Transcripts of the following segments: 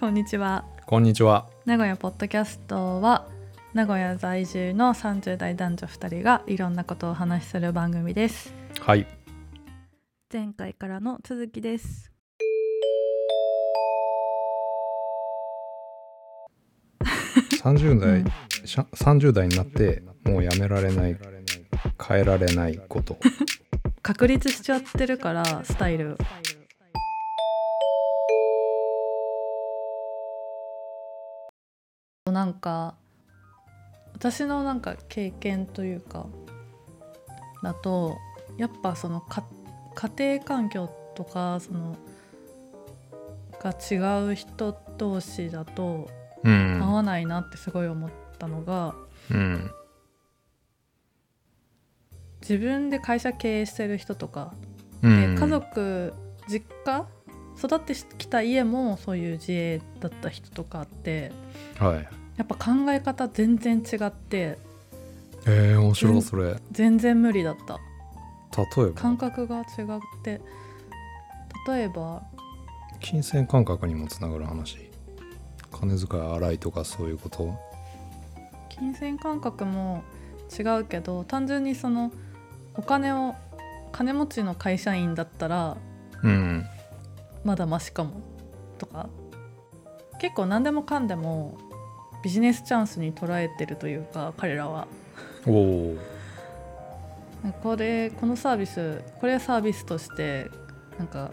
こんにちはこんにちは。名古屋ポッドキャストは名古屋在住の30代男女2人がいろんなことをお話しする番組ですはい。前回からの続きです30代、うんしゃ30代になって、もうやめられない、変えられないこと。確立しちゃってるからスタイルなんか私のなんか経験というかだとやっぱそのか家庭環境とかそのが違う人同士だとう合わん。ないなってすごい思ったのが、うん。自分で会社経営してる人とかうでん。家族実家育ってきた家もそういう自営だった人とかあってはい。やっぱ考え方全然違ってえー、面う白んい、それ。例全然無理だったえば、感覚が違って例えば金銭感覚にもつながる話。金遣い荒いとかそういうこと金銭感覚も違うけど単純にそのお金を金持ちの会社員だったらうん。まだマシかもとか結構何でもかんでもビジネスチャンスに捉えてるというか彼らはおお。これこのサービスこれはサービスとしてなんか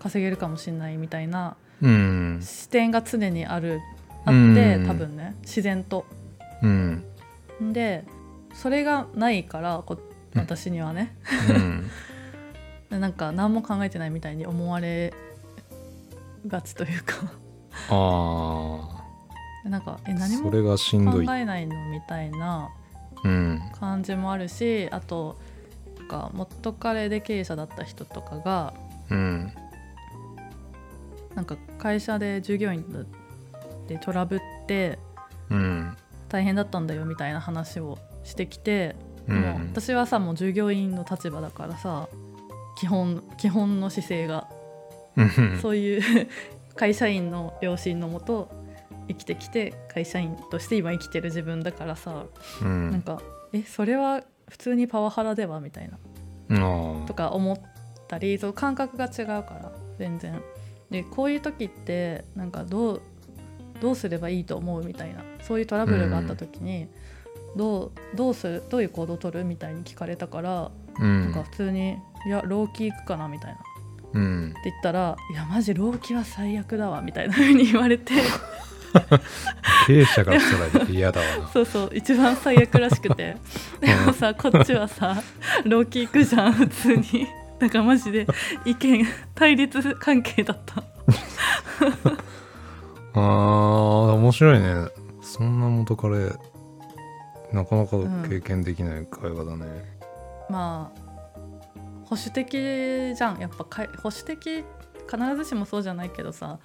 稼げるかもしれないみたいなうん。視点が常にあるあうっんて多分ね自然と。うん。でそれがないからこうん私にはね、 うん。なんか何も考えてないみたいに思われがちというか あなんかえあ。何そもれがしん考どい。えないのみたいなうん。感じもあるしあとなんか元彼で経営者だった人とかがうん。なんか会社で従業員でトラブってうん。大変だったんだよみたいな話をしてきて、う。もうん私はさもう従業員の立場だからさ基本基本の姿勢が、うんそういう 会社員の良心のもと生きてきて会社員として今生きてる自分だからさ、うなんん。かえそれは普通にパワハラではみたいなああと。か思ったりそう感覚が違うから全然でこういう時ってなんかどうどうすればいいと思うみたいなそういうトラブルがあった時に、どうどうするどういう行動を取るみたいに聞かれたから、うなんかん。普通に「いや老期行くかな」みたいなってうん。言ったら「いやマジ老期は最悪だわ」みたいな風に言われて経営者からしたら嫌だわなそうそう一番最悪らしくてでもさこっちはさ老期行くじゃん普通にだからマジで意見対立関係だった。 あー面白いねそんな元カレなかなか経験できない会話だねまあ保守的じゃんやっぱかい保守的必ずしもそうじゃないけどさ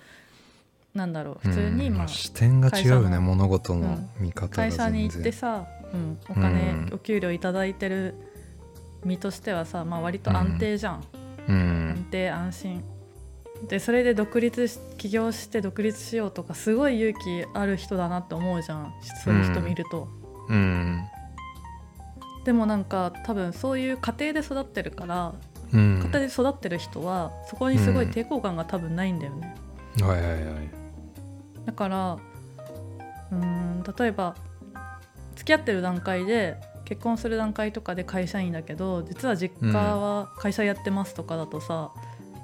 なんだろう普通に、うんまあ、視点が違うよ会社ねの物事の見方が会全然社に行ってさ、うん、お金、お給料いただいてる身としてはさ、まあ、割と安定じゃん、う安ん定安心でそれで独立し起業して独立しようとかすごい勇気ある人だなって思うじゃんそういう人見ると、うんでもなんか多分そういう家庭で育ってるからうん家庭で育ってる人はそこにすごい抵抗感が多分ないんだよね、はいはいはいだからうーん例えば付き合ってる段階で結婚する段階とかで会社員だけど実は実家は会社やってますとかだとさ、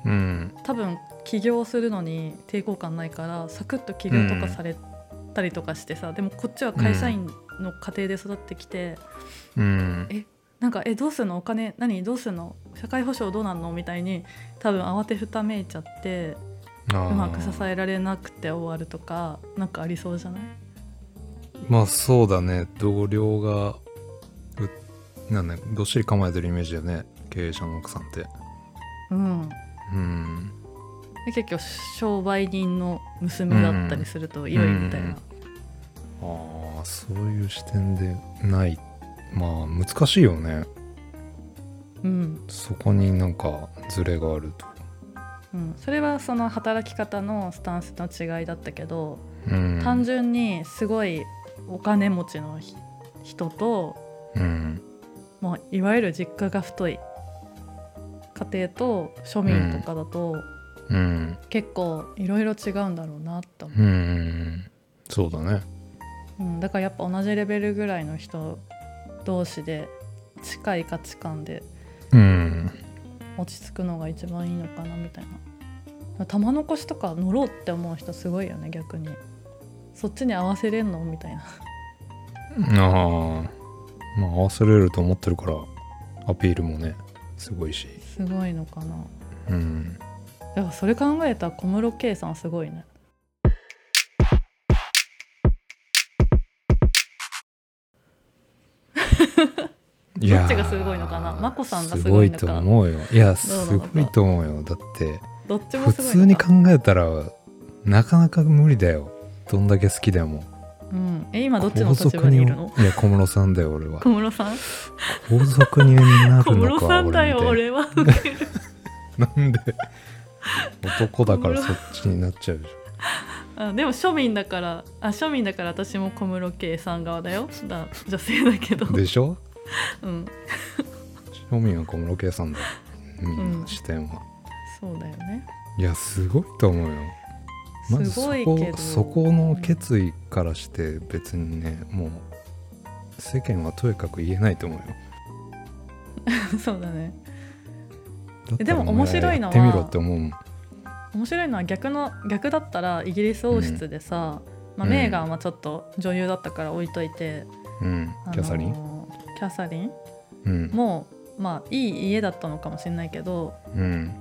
うん多分起業するのに抵抗感ないからサクッと起業とかされたりとかしてさ、でもこっちは会社員の家庭で育ってきて、うんなんか「えどうするのお金何どうするの社会保障どうなんの?」みたいに多分慌てふためいちゃってあーうまく支えられなくて終わるとかなんかありそうじゃないまあそうだね同僚がうなんだどっしり構えてるイメージだよね経営者の奥さんってうんうんで結局商売人の娘だったりするといよいよみたいな、うんああそういう視点でないまあ難しいよねうんそこになんかズレがあるとうん、それはその働き方のスタンスの違いだったけど、うん単純にすごいお金持ちのひ人とうんもういわゆる実家が太い家庭と庶民とかだと、うん結構いろいろ違うんだろうなって思う、うんそうだねうん、だからやっぱ同じレベルぐらいの人同士で近い価値観でうん落ち着くのが一番いいのかなみたいな玉残しとか乗ろうって思う人すごいよね逆にそっちに合わせれんのみたいなああまあ合わせれると思ってるからアピールもねすごいしすごいのかなうんでもそれ考えたら小室圭さんすごいねいやーどっちがすごいのかな眞子さんがすごいのかすと思うよいやどうなのすごいと思うよだってどっちも普すごいのか通に考えたらなかなか無理だよどんだけ好きでもうん、え今どっちの立場にいるの皇族にいや小室さんだよ俺は小室さん皇族にな小るの室かさんだよ俺み俺は ウケるたいななんで男だからそっちになっちゃうでしょあでも庶民だからあ庶民だから私も小室圭さん側だよだ女性だけど、でしょうん、庶民は小室圭さんだよみんうんな視点は、そうだよねいやすごいと思うよまずすそごいけこどそこの決意からして別にねもう世間はとやかく言えないと思うよ そうだねだったらでもお前面白いのはやってみろって思うもん面白いのは逆の逆だったらイギリス王室でさ、まあ、メーガンはちょっと女優だったから置いといて、うんあのーキャサリンキャサリンうんもまあいい家だったのかもしれないけどうん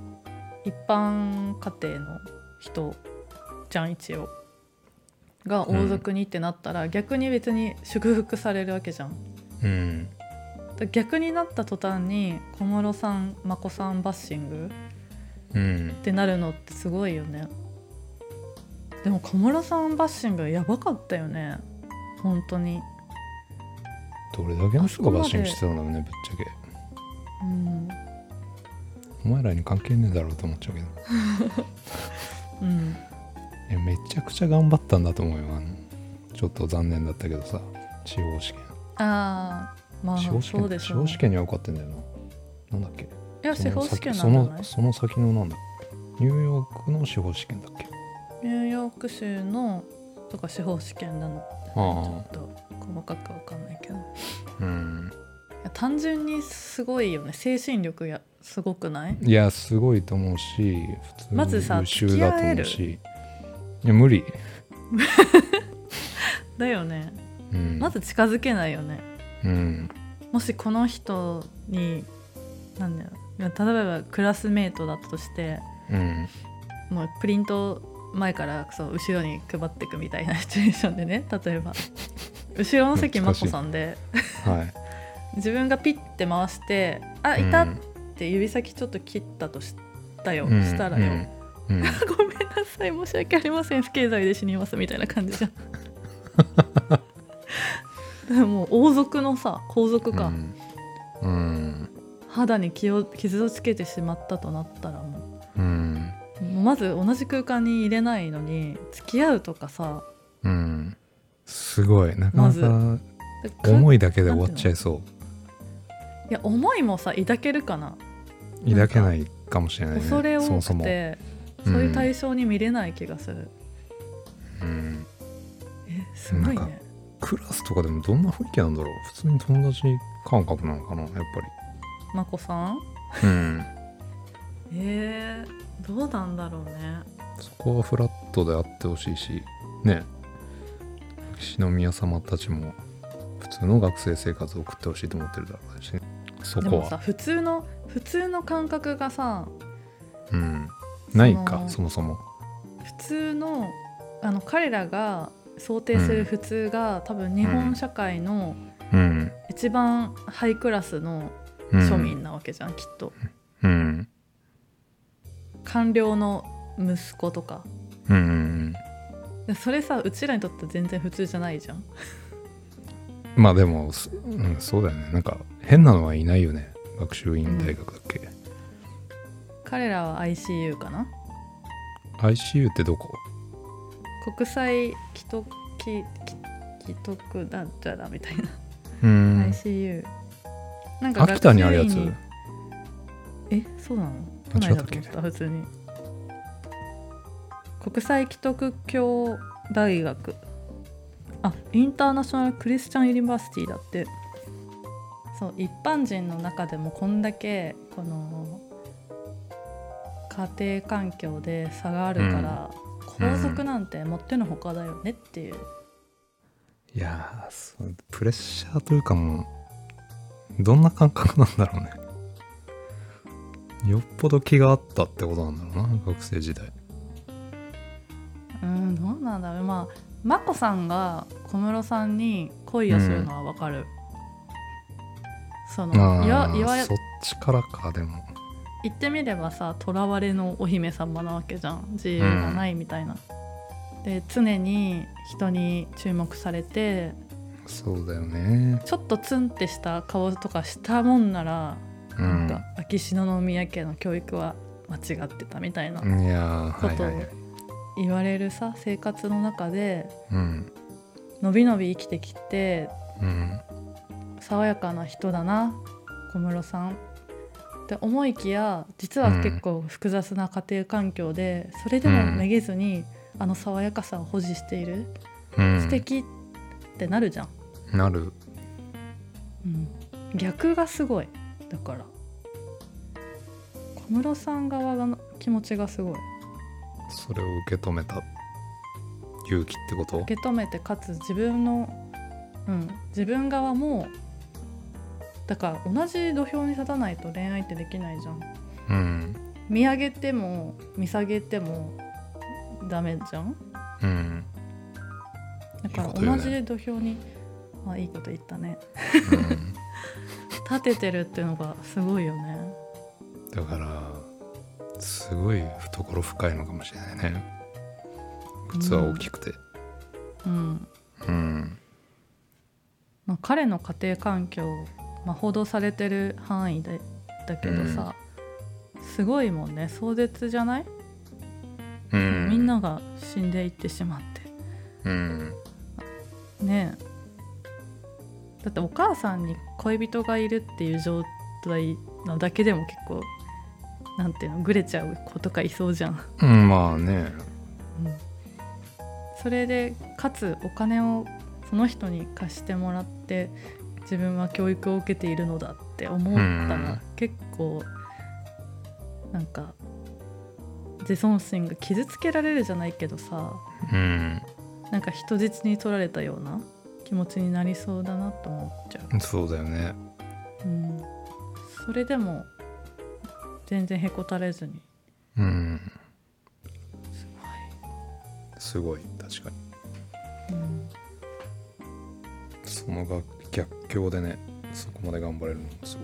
一般家庭の人じゃん一応が王族にってなったら、逆に別に祝福されるわけじゃんうんだから逆になった途端に小室さん眞子さんバッシングうんってなるのってすごいよねでも小室さんバッシングやばかったよね本当にどれだけの人がバッシングあしそてたんだろうねぶっちゃけうん、お前らに関係ねえだろうと思っちゃうけどうん、えめちゃくちゃ頑張ったんだと思うよあのちょっと残念だったけどさ司法試験あーまあ司法試そう験でし司ょう、法ね試、験には受かってんだよななんだっけいや司法試験なそんじゃのない先そのその先のなんだニューヨークの司法試験だっけニューヨーク州のとか司法試験なのちょあっと細かくわかんないけどいうんや単純にすごいよね精神力やすごくないいやすごいと思うしま普ず通さに優秀だと思うしいや無理、だよねうん、まず近づけないよねうんもしこの人になんだよ例えばクラスメートだとしてうんもうプリント前からそう後ろに配っていくみたいなシチュエーションでね 例え ば後ろの席眞懐かしい子さんではい自分がピッて回して「あうんいた!」って指先ちょっと切ったとしたよ、うんしたらよ、うんう ごんめんなさい申し訳ありません不経済で死にますみたいな感じじゃんで ももう王族のさ皇族か、うんうん肌に気を傷をつけてしまったとなったらもうんうもうまず同じ空間に入れないのに付き合うとかさうんすごいなかまなずかか思いだけで終わっちゃいそいや思いもさ抱けるかな、う抱けないかもしれないね恐れ多くてそもそも、そういう対象に見れない気がする、うん、えすごいなんかねクラスとかでもどんな雰囲気なんだろう普通に友達感覚なのかなやっぱ眞子さんりうんえー、どうなんだろうねそこはフラットであってほしいしね秋篠宮様たちも普通の学生生活を送ってほしいと思ってるだろうしそでこもさは、普通の普通の感覚がさうん、ないそかのそもそも普通のあの彼らが想定する普通が、多分日本社会のうん、一番ハイクラスのうん、庶民なわけじゃん、きっとうん官僚の息子とかうんうんでそれさうちらにとって全然普通じゃないじゃんまあでも、すうん、そうだよねなんか変なのはいないよね学習院大学だっけ、彼らは ICU かな ICU ってどこ国際既得既既得なんちゃらみたいな、うーん ICU なんか秋田にあるや学つ級委員えそうなの都間内違っただとっけ思った普通に国際既得教大学あインターナショナル・クリスチャン・ユニバーシティだってそう一般人の中でもこんだけこの家庭環境で差があるから、うん皇族なんてもってのほかだよねっていう、いやーそうプレッシャーというかもうどんな感覚なんだろうねよっぽど気があったってことなんだろうな学生時代うん、どうなんだろうまあ眞子さんが小室さんに恋をするのはわかる、そのいわあいわあそっちからかでも言ってみればさ囚われのお姫様なわけじゃん自由がないみたいな、で常に人に注目されてそうだよねちょっとツンってした顔とかしたもんなら、うなんんか秋篠宮家の教育は間違ってたみたいないやーこはいとはをいはい言われるさ生活の中でうんのびのび生きてきてうん爽やかな人だな小室さんって思いきや実は結構複雑な家庭環境で、それでもめげずに、あの爽やかさを保持している、うん素敵ってなるじゃん、なるうん逆がすごいだから小室さん側の気持ちがすごいそれを受け止めた勇気ってこと受け止めてかつ自分の、うん、自分側もだから同じ土俵に立たないと恋愛ってできないじゃんうん見上げても見下げてもダメじゃんうんだからいいこと言う同ねじ土俵にあいいこと言ったねうん立ててるっていうのがすごいよねだからすごい懐深いのかもしれないね器は大きくてうん、うんまあ、彼の家庭環境、まあ、報道されてる範囲でだけどさ、すごいもんね壮絶じゃない、うんみんなが死んでいってしまってうんねえだってお母さんに恋人がいるっていう状態なだけでも結構なんていうのグレちゃう子とかいそうじゃん、うんまあねそれでかつお金をその人に貸してもらって自分は教育を受けているのだって思ったうんら結構なんか自尊心が傷つけられるじゃないけどさうんなんか人質に取られたような気持ちになりそうだなと思っちゃう。そうだよねうん、それでも全然へこたれずにうんすすごい確かにごい、うん、そのが逆境でねそこまで頑張れるのす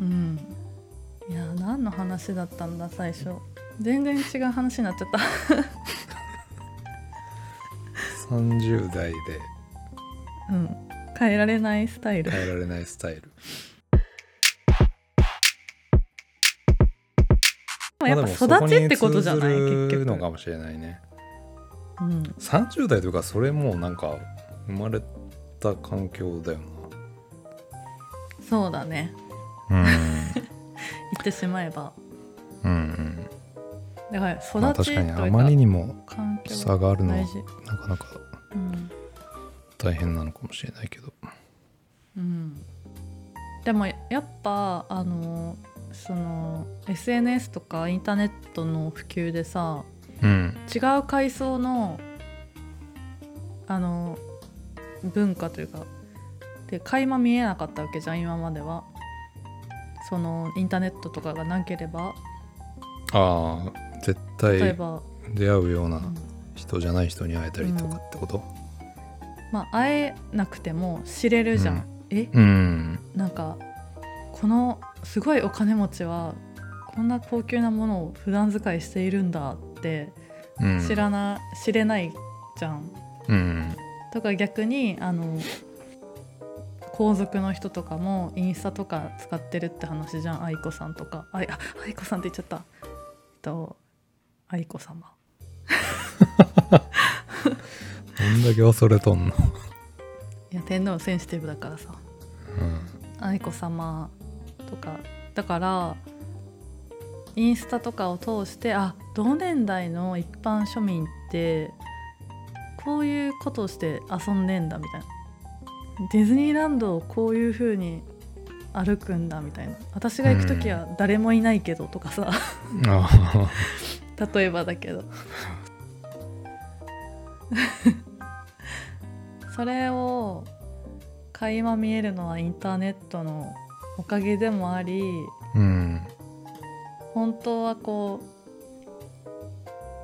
ごいうん、いや何の話だったんだ最初全然違う話になっちゃった 30代でうん変えられないスタイル変えられないスタイルやっまあでもそぱこ育にちってことじゃない通ずる結局のかもしれないねうん、 30代というかそれもうなんか生まれた環境だよそうだねな言ってしまえばうんうんだからまあ育ちと確かいにうあまりかにも環境差があるのは大事なかなかうん大変なのかもしれないけどうん、でもやっぱあのその SNS とかインターネットの普及でさうん違う階層のあの文化というかで垣間見えなかったわけじゃん今まではそのインターネットとかがなければああ絶対例えば、出会うようなうん人じゃない人に会えたりとかってことまあ、会えなくても知れるじゃん、えうんなんかこのすごいお金持ちはこんな高級なものを普段使いしているんだってうん知らな、知れないじゃん。うんとか逆にあの皇族の人とかもインスタとか使ってるって話じゃん愛子さんとかあいあ愛子さんって言っちゃったえっと愛子様どんだけ忘れとんいの、や天皇センシティブだからさうん、愛子さまとかだからインスタとかを通してあ同年代の一般庶民ってこういうことをして遊んでんだみたいなディズニーランドをこういう風に歩くんだみたいな私が行く時は誰もいないけどとかさ、あ例えばだけどそれを垣間見えるのはインターネットのおかげでもありあうん本当はこ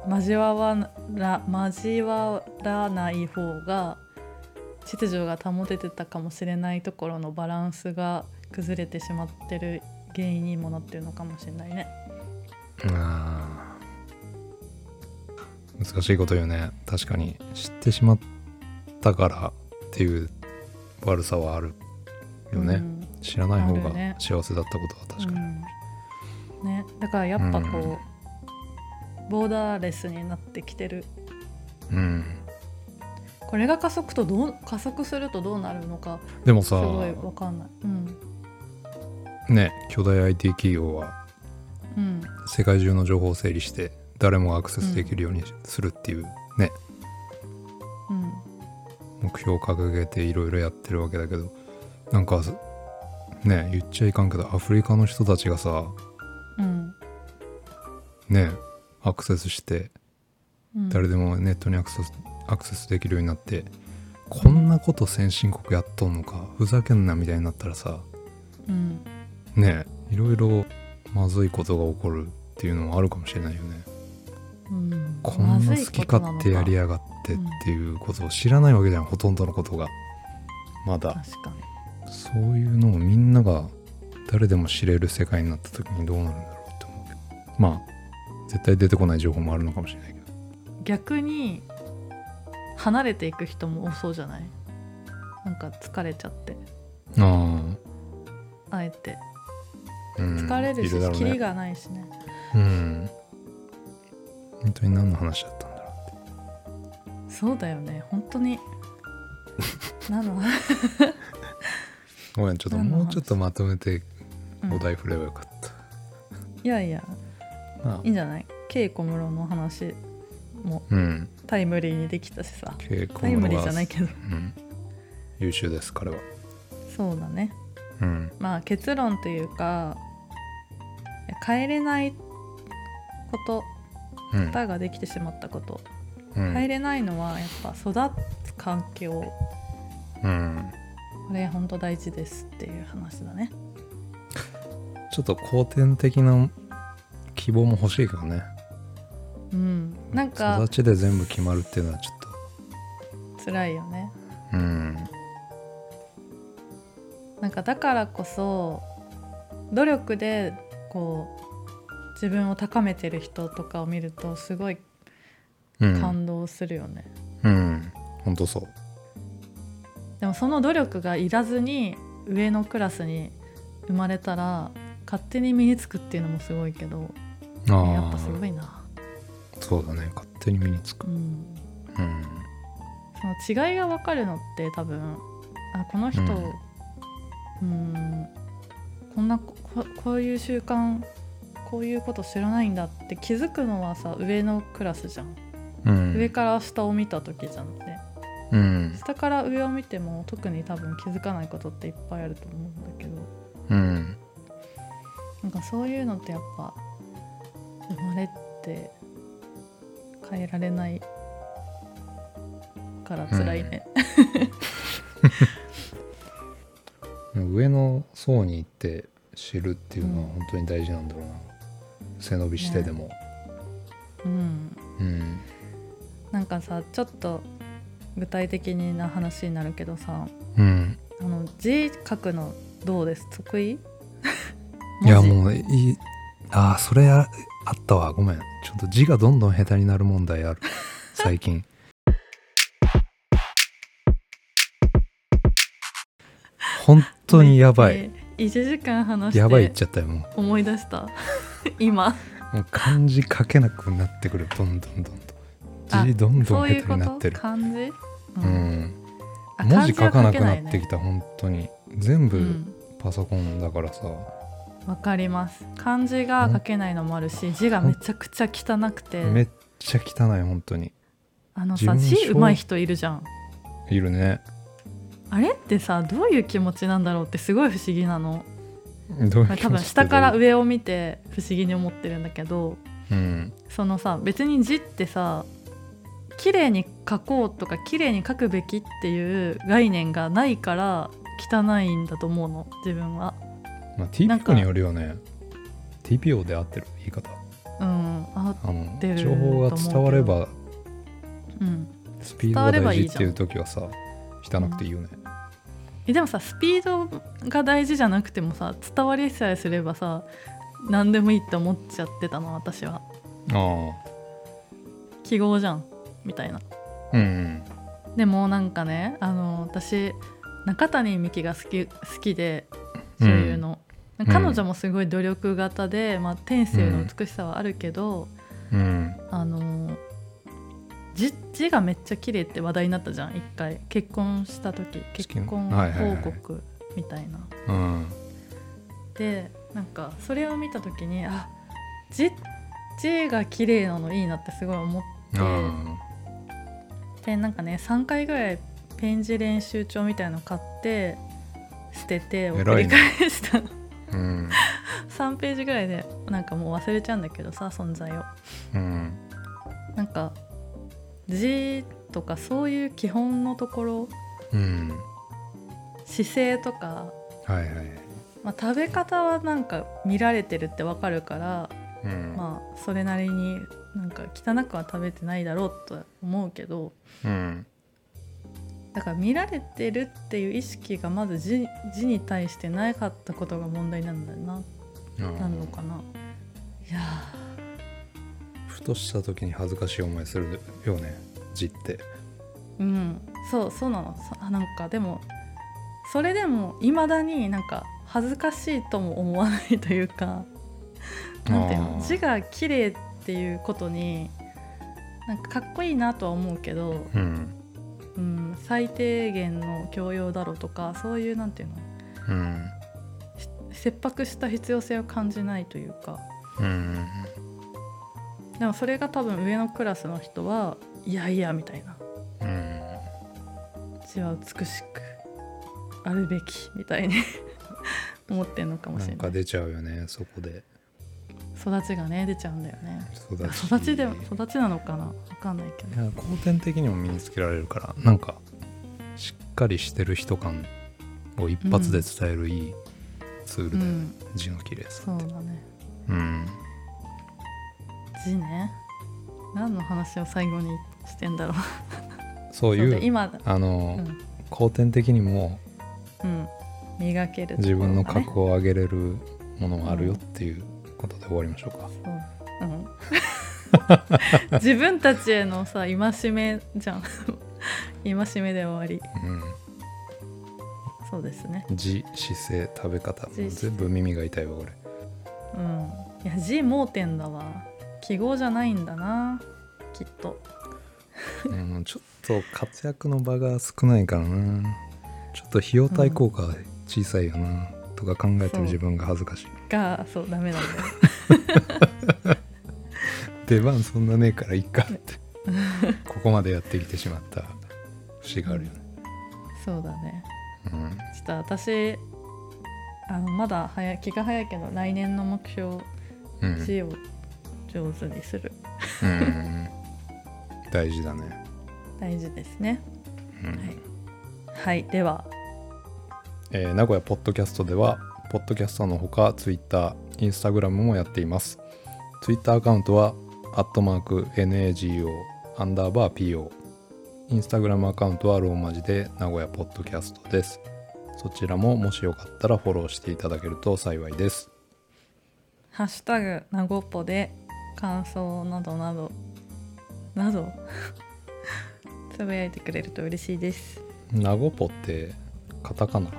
う交わら交わらない方が秩序が保ててたかもしれないところのバランスが崩れてしまってる原因にもなってるのかもしれないね。あー難しいこと言うね確かに知ってしまったからっていう悪さはあるよね、うん知らない方あるがね幸せだったことは確かに、うんね、だからやっぱこう、うんボーダーレスになってきてるうんこれが加速とどう加速するとどうなるのかでもすさごいわかんないうんね巨大 IT 企業はうん世界中の情報を整理して誰もがアクセスできるようにするっていうね、うん目標を掲げていろいろやってるわけだけどなんかね言っちゃいかんけどアフリカの人たちがさうんねアクセスしてうん誰でもネットにアクセスアクセスできるようになってこんなこと先進国やっとんのかふざけんなみたいになったらさうんねいろいろまずいことが起こるっていうのもあるかもしれないよね。うんこんな好き勝手やりややがってっていうことを知らないわけじゃん、ほとんどのことがまだ確かにそういうのをみんなが誰でも知れる世界になった時にどうなるんだろうって思うけどまあ絶対出てこない情報もあるのかもしれないけど逆に離れていく人も多そうじゃないなんか疲れちゃってああえてあ、うん、疲れるいし、だろうキリねがないしねうん本当に何の話だったんだろうってそうだよね本当 になの、ごめんちょっと何のも話うちょっとまとめてうんお題振ればよかった、いやいやまあいいんじゃない稽古室の話もうんタイムリーにできたしさ稽古タイムリーじゃないけどうん、優秀です彼はそうだねうんまあ結論というか帰れないことうん方ができてしまったこと、うん帰れないのはやっぱ育つ環境こうんれ本当大事ですっていう話だねちょっと後天的な希望も欲しいけどねうんなんか育ちで全部決まるっていうのはちょっ辛いよねとうんなんかだからこそ努力でこう自分を高めてる人とかを見るとすごいうん感動するよね、うん本当そうでもその努力がいらずに上のクラスに生まれたら勝手に身につくっていうのもすごいけどあやっぱすごあいな、そうだね勝手に身につくうん、うんその違いが分かるのって多分あこの人、うーん、こんなこここういう習慣こういうこと知らないんだって気づくのはさ上のクラスじゃん、うん上から下を見た時じゃんってうん下から上を見ても特に多分気づかないことっていっぱいあると思うんだけどうんなんかそういうのってやっぱ生まれって変えられないから辛いね、上の層に行って知るっていうのは本当に大事なんだろうな、背伸びしてでも、うんうんなんかさちょっと具体的な話になるけどさうんあの字書くのどうです得 意いや文字もういいああそれああったわごめんちょっと字がどんどん下手になる問 題ある最近本当にや ばいえー1時間話してやばい言っちゃったよも思い出した 今うもう漢字書けなくなってくるどんどんどんどんあ字どんどそんう下い手うこになっとてる漢字、ううんん、あ文字書かなくなって漢きた本当に全字は書けないね部パソコンだからさ、うん、わかります漢字が書けないのもあるし字がめちゃくちゃ汚くめてっちゃ汚い本当にあの自さ分字小うまい人いるじゃんいるねあれってさどういう気持ちなんだろうってすごい不思議なのどういう気持ち多分下から上を見て不思議に思ってるんだけどうんそのさ別に字ってさ綺麗に書こうとか綺麗に書くべきっていう概念がないから汚いんだと思うの自分はまあ、なんか TPO によるよね TPO で合ってる言い方うんああのてる情報が伝わればうんスピー伝ドわがれば大いい事じゃんっていう時はさ汚くていいよね、えでもさスピードが大事じゃなくてもさ伝わりさえすればさ何でもいいって思っちゃってたの私はあ記号じゃんみたいなあうんでもなんかねあの私中谷美紀が好き好きでうそうんいうの、ん彼女もすごい努力型で、まあ、天性の美しさはあるけど、うんあの字字がめっちゃ綺麗って話題になったじゃん一回結婚した時結婚はいはいはい報告みたいな。うんでなんかそれを見た時にあ字字が綺麗なのいいなってすごい思っああでなんかね3回ぐらいペン字練習帳みたいの買って捨ててを繰偉いりね返した、うん3ページぐらいでなんかもう忘れちゃうんだけどさ存在をうんなんか字とかそういう基本のところうん姿勢とか、はいはいまあ、食べ方はなんか見られてるってわかるからうん、まあそれなりになんか汚くは食べてないだろうとは思うけどうんだから見られてるっていう意識がまず字字に対してなかったことが問題なんだよななのかな。いやふとした時に恥ずかしい思いするよね字ってーうんそうそうなのそあなんかでもそれでもいまだになんか恥ずかしいとも思わないという かなんていうあのー字が綺麗っていうことになんかかっこいいなとは思うけど、うんうん、最低限の教養だろうとかそういうなんていうのうんし切迫した必要性を感じないというかうんでもそれが多分上のクラスの人はいやいやみたいなうん字は美しくあるべきみたいに 思ってるのかもしなれんなかい出ちゃうよねそこで育ちがね出ちゃうんだよね育ち育ちで育ちなのかなわかんないけいどや後天的にも身につけられるからなんかしっかりしてる人感を一発で伝えるいいツールうだよね、ん字の綺麗さそうだねうん字ね何の話を最後にしてんだろうそそうういで う今あの、うん、後天的にもうん、磨けるとこ自ろがね分の格を上げれるものがあるよっていうことで終わりましょうか、うん 自分たちへのさ戒めじゃん 戒めで終わりそうですねうん、字姿勢食べ方も字う全部耳が痛いわ俺うんいや字盲点だわ記号じゃないんだなきっとうん、ちょっと活躍の場が少ないからなちょっと費用対効果が小さいよな、とか考えてる自分が恥ずかしいがそうダメ なんだよ出番そんなねえからいっかってここまでやってきてしまった節があるよね、そうだねうん、ちょっと私あのまだ早い気が早いけど来年の目標うん字を上手にする、うん大事だね、大事ですねうんはいはいではえー名古屋ポッドキャストではポッドキャストのほか Twitter、Instagram もやっています Twitter アカウントはアットマーク NAGO アンダーバー PO インスタグラムアカウントはローマ字で名古屋ポッドキャストですそちらももしよかったらフォローしていただけると幸いです「ハッシュタグなごぽ」で感想などなどなど つぶやいてくれると嬉しいです名古ポってカタカナ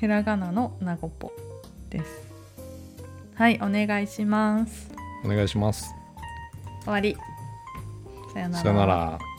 ひらがなのなごぽですはいお願いしますお願いします終わりさよなさよなら。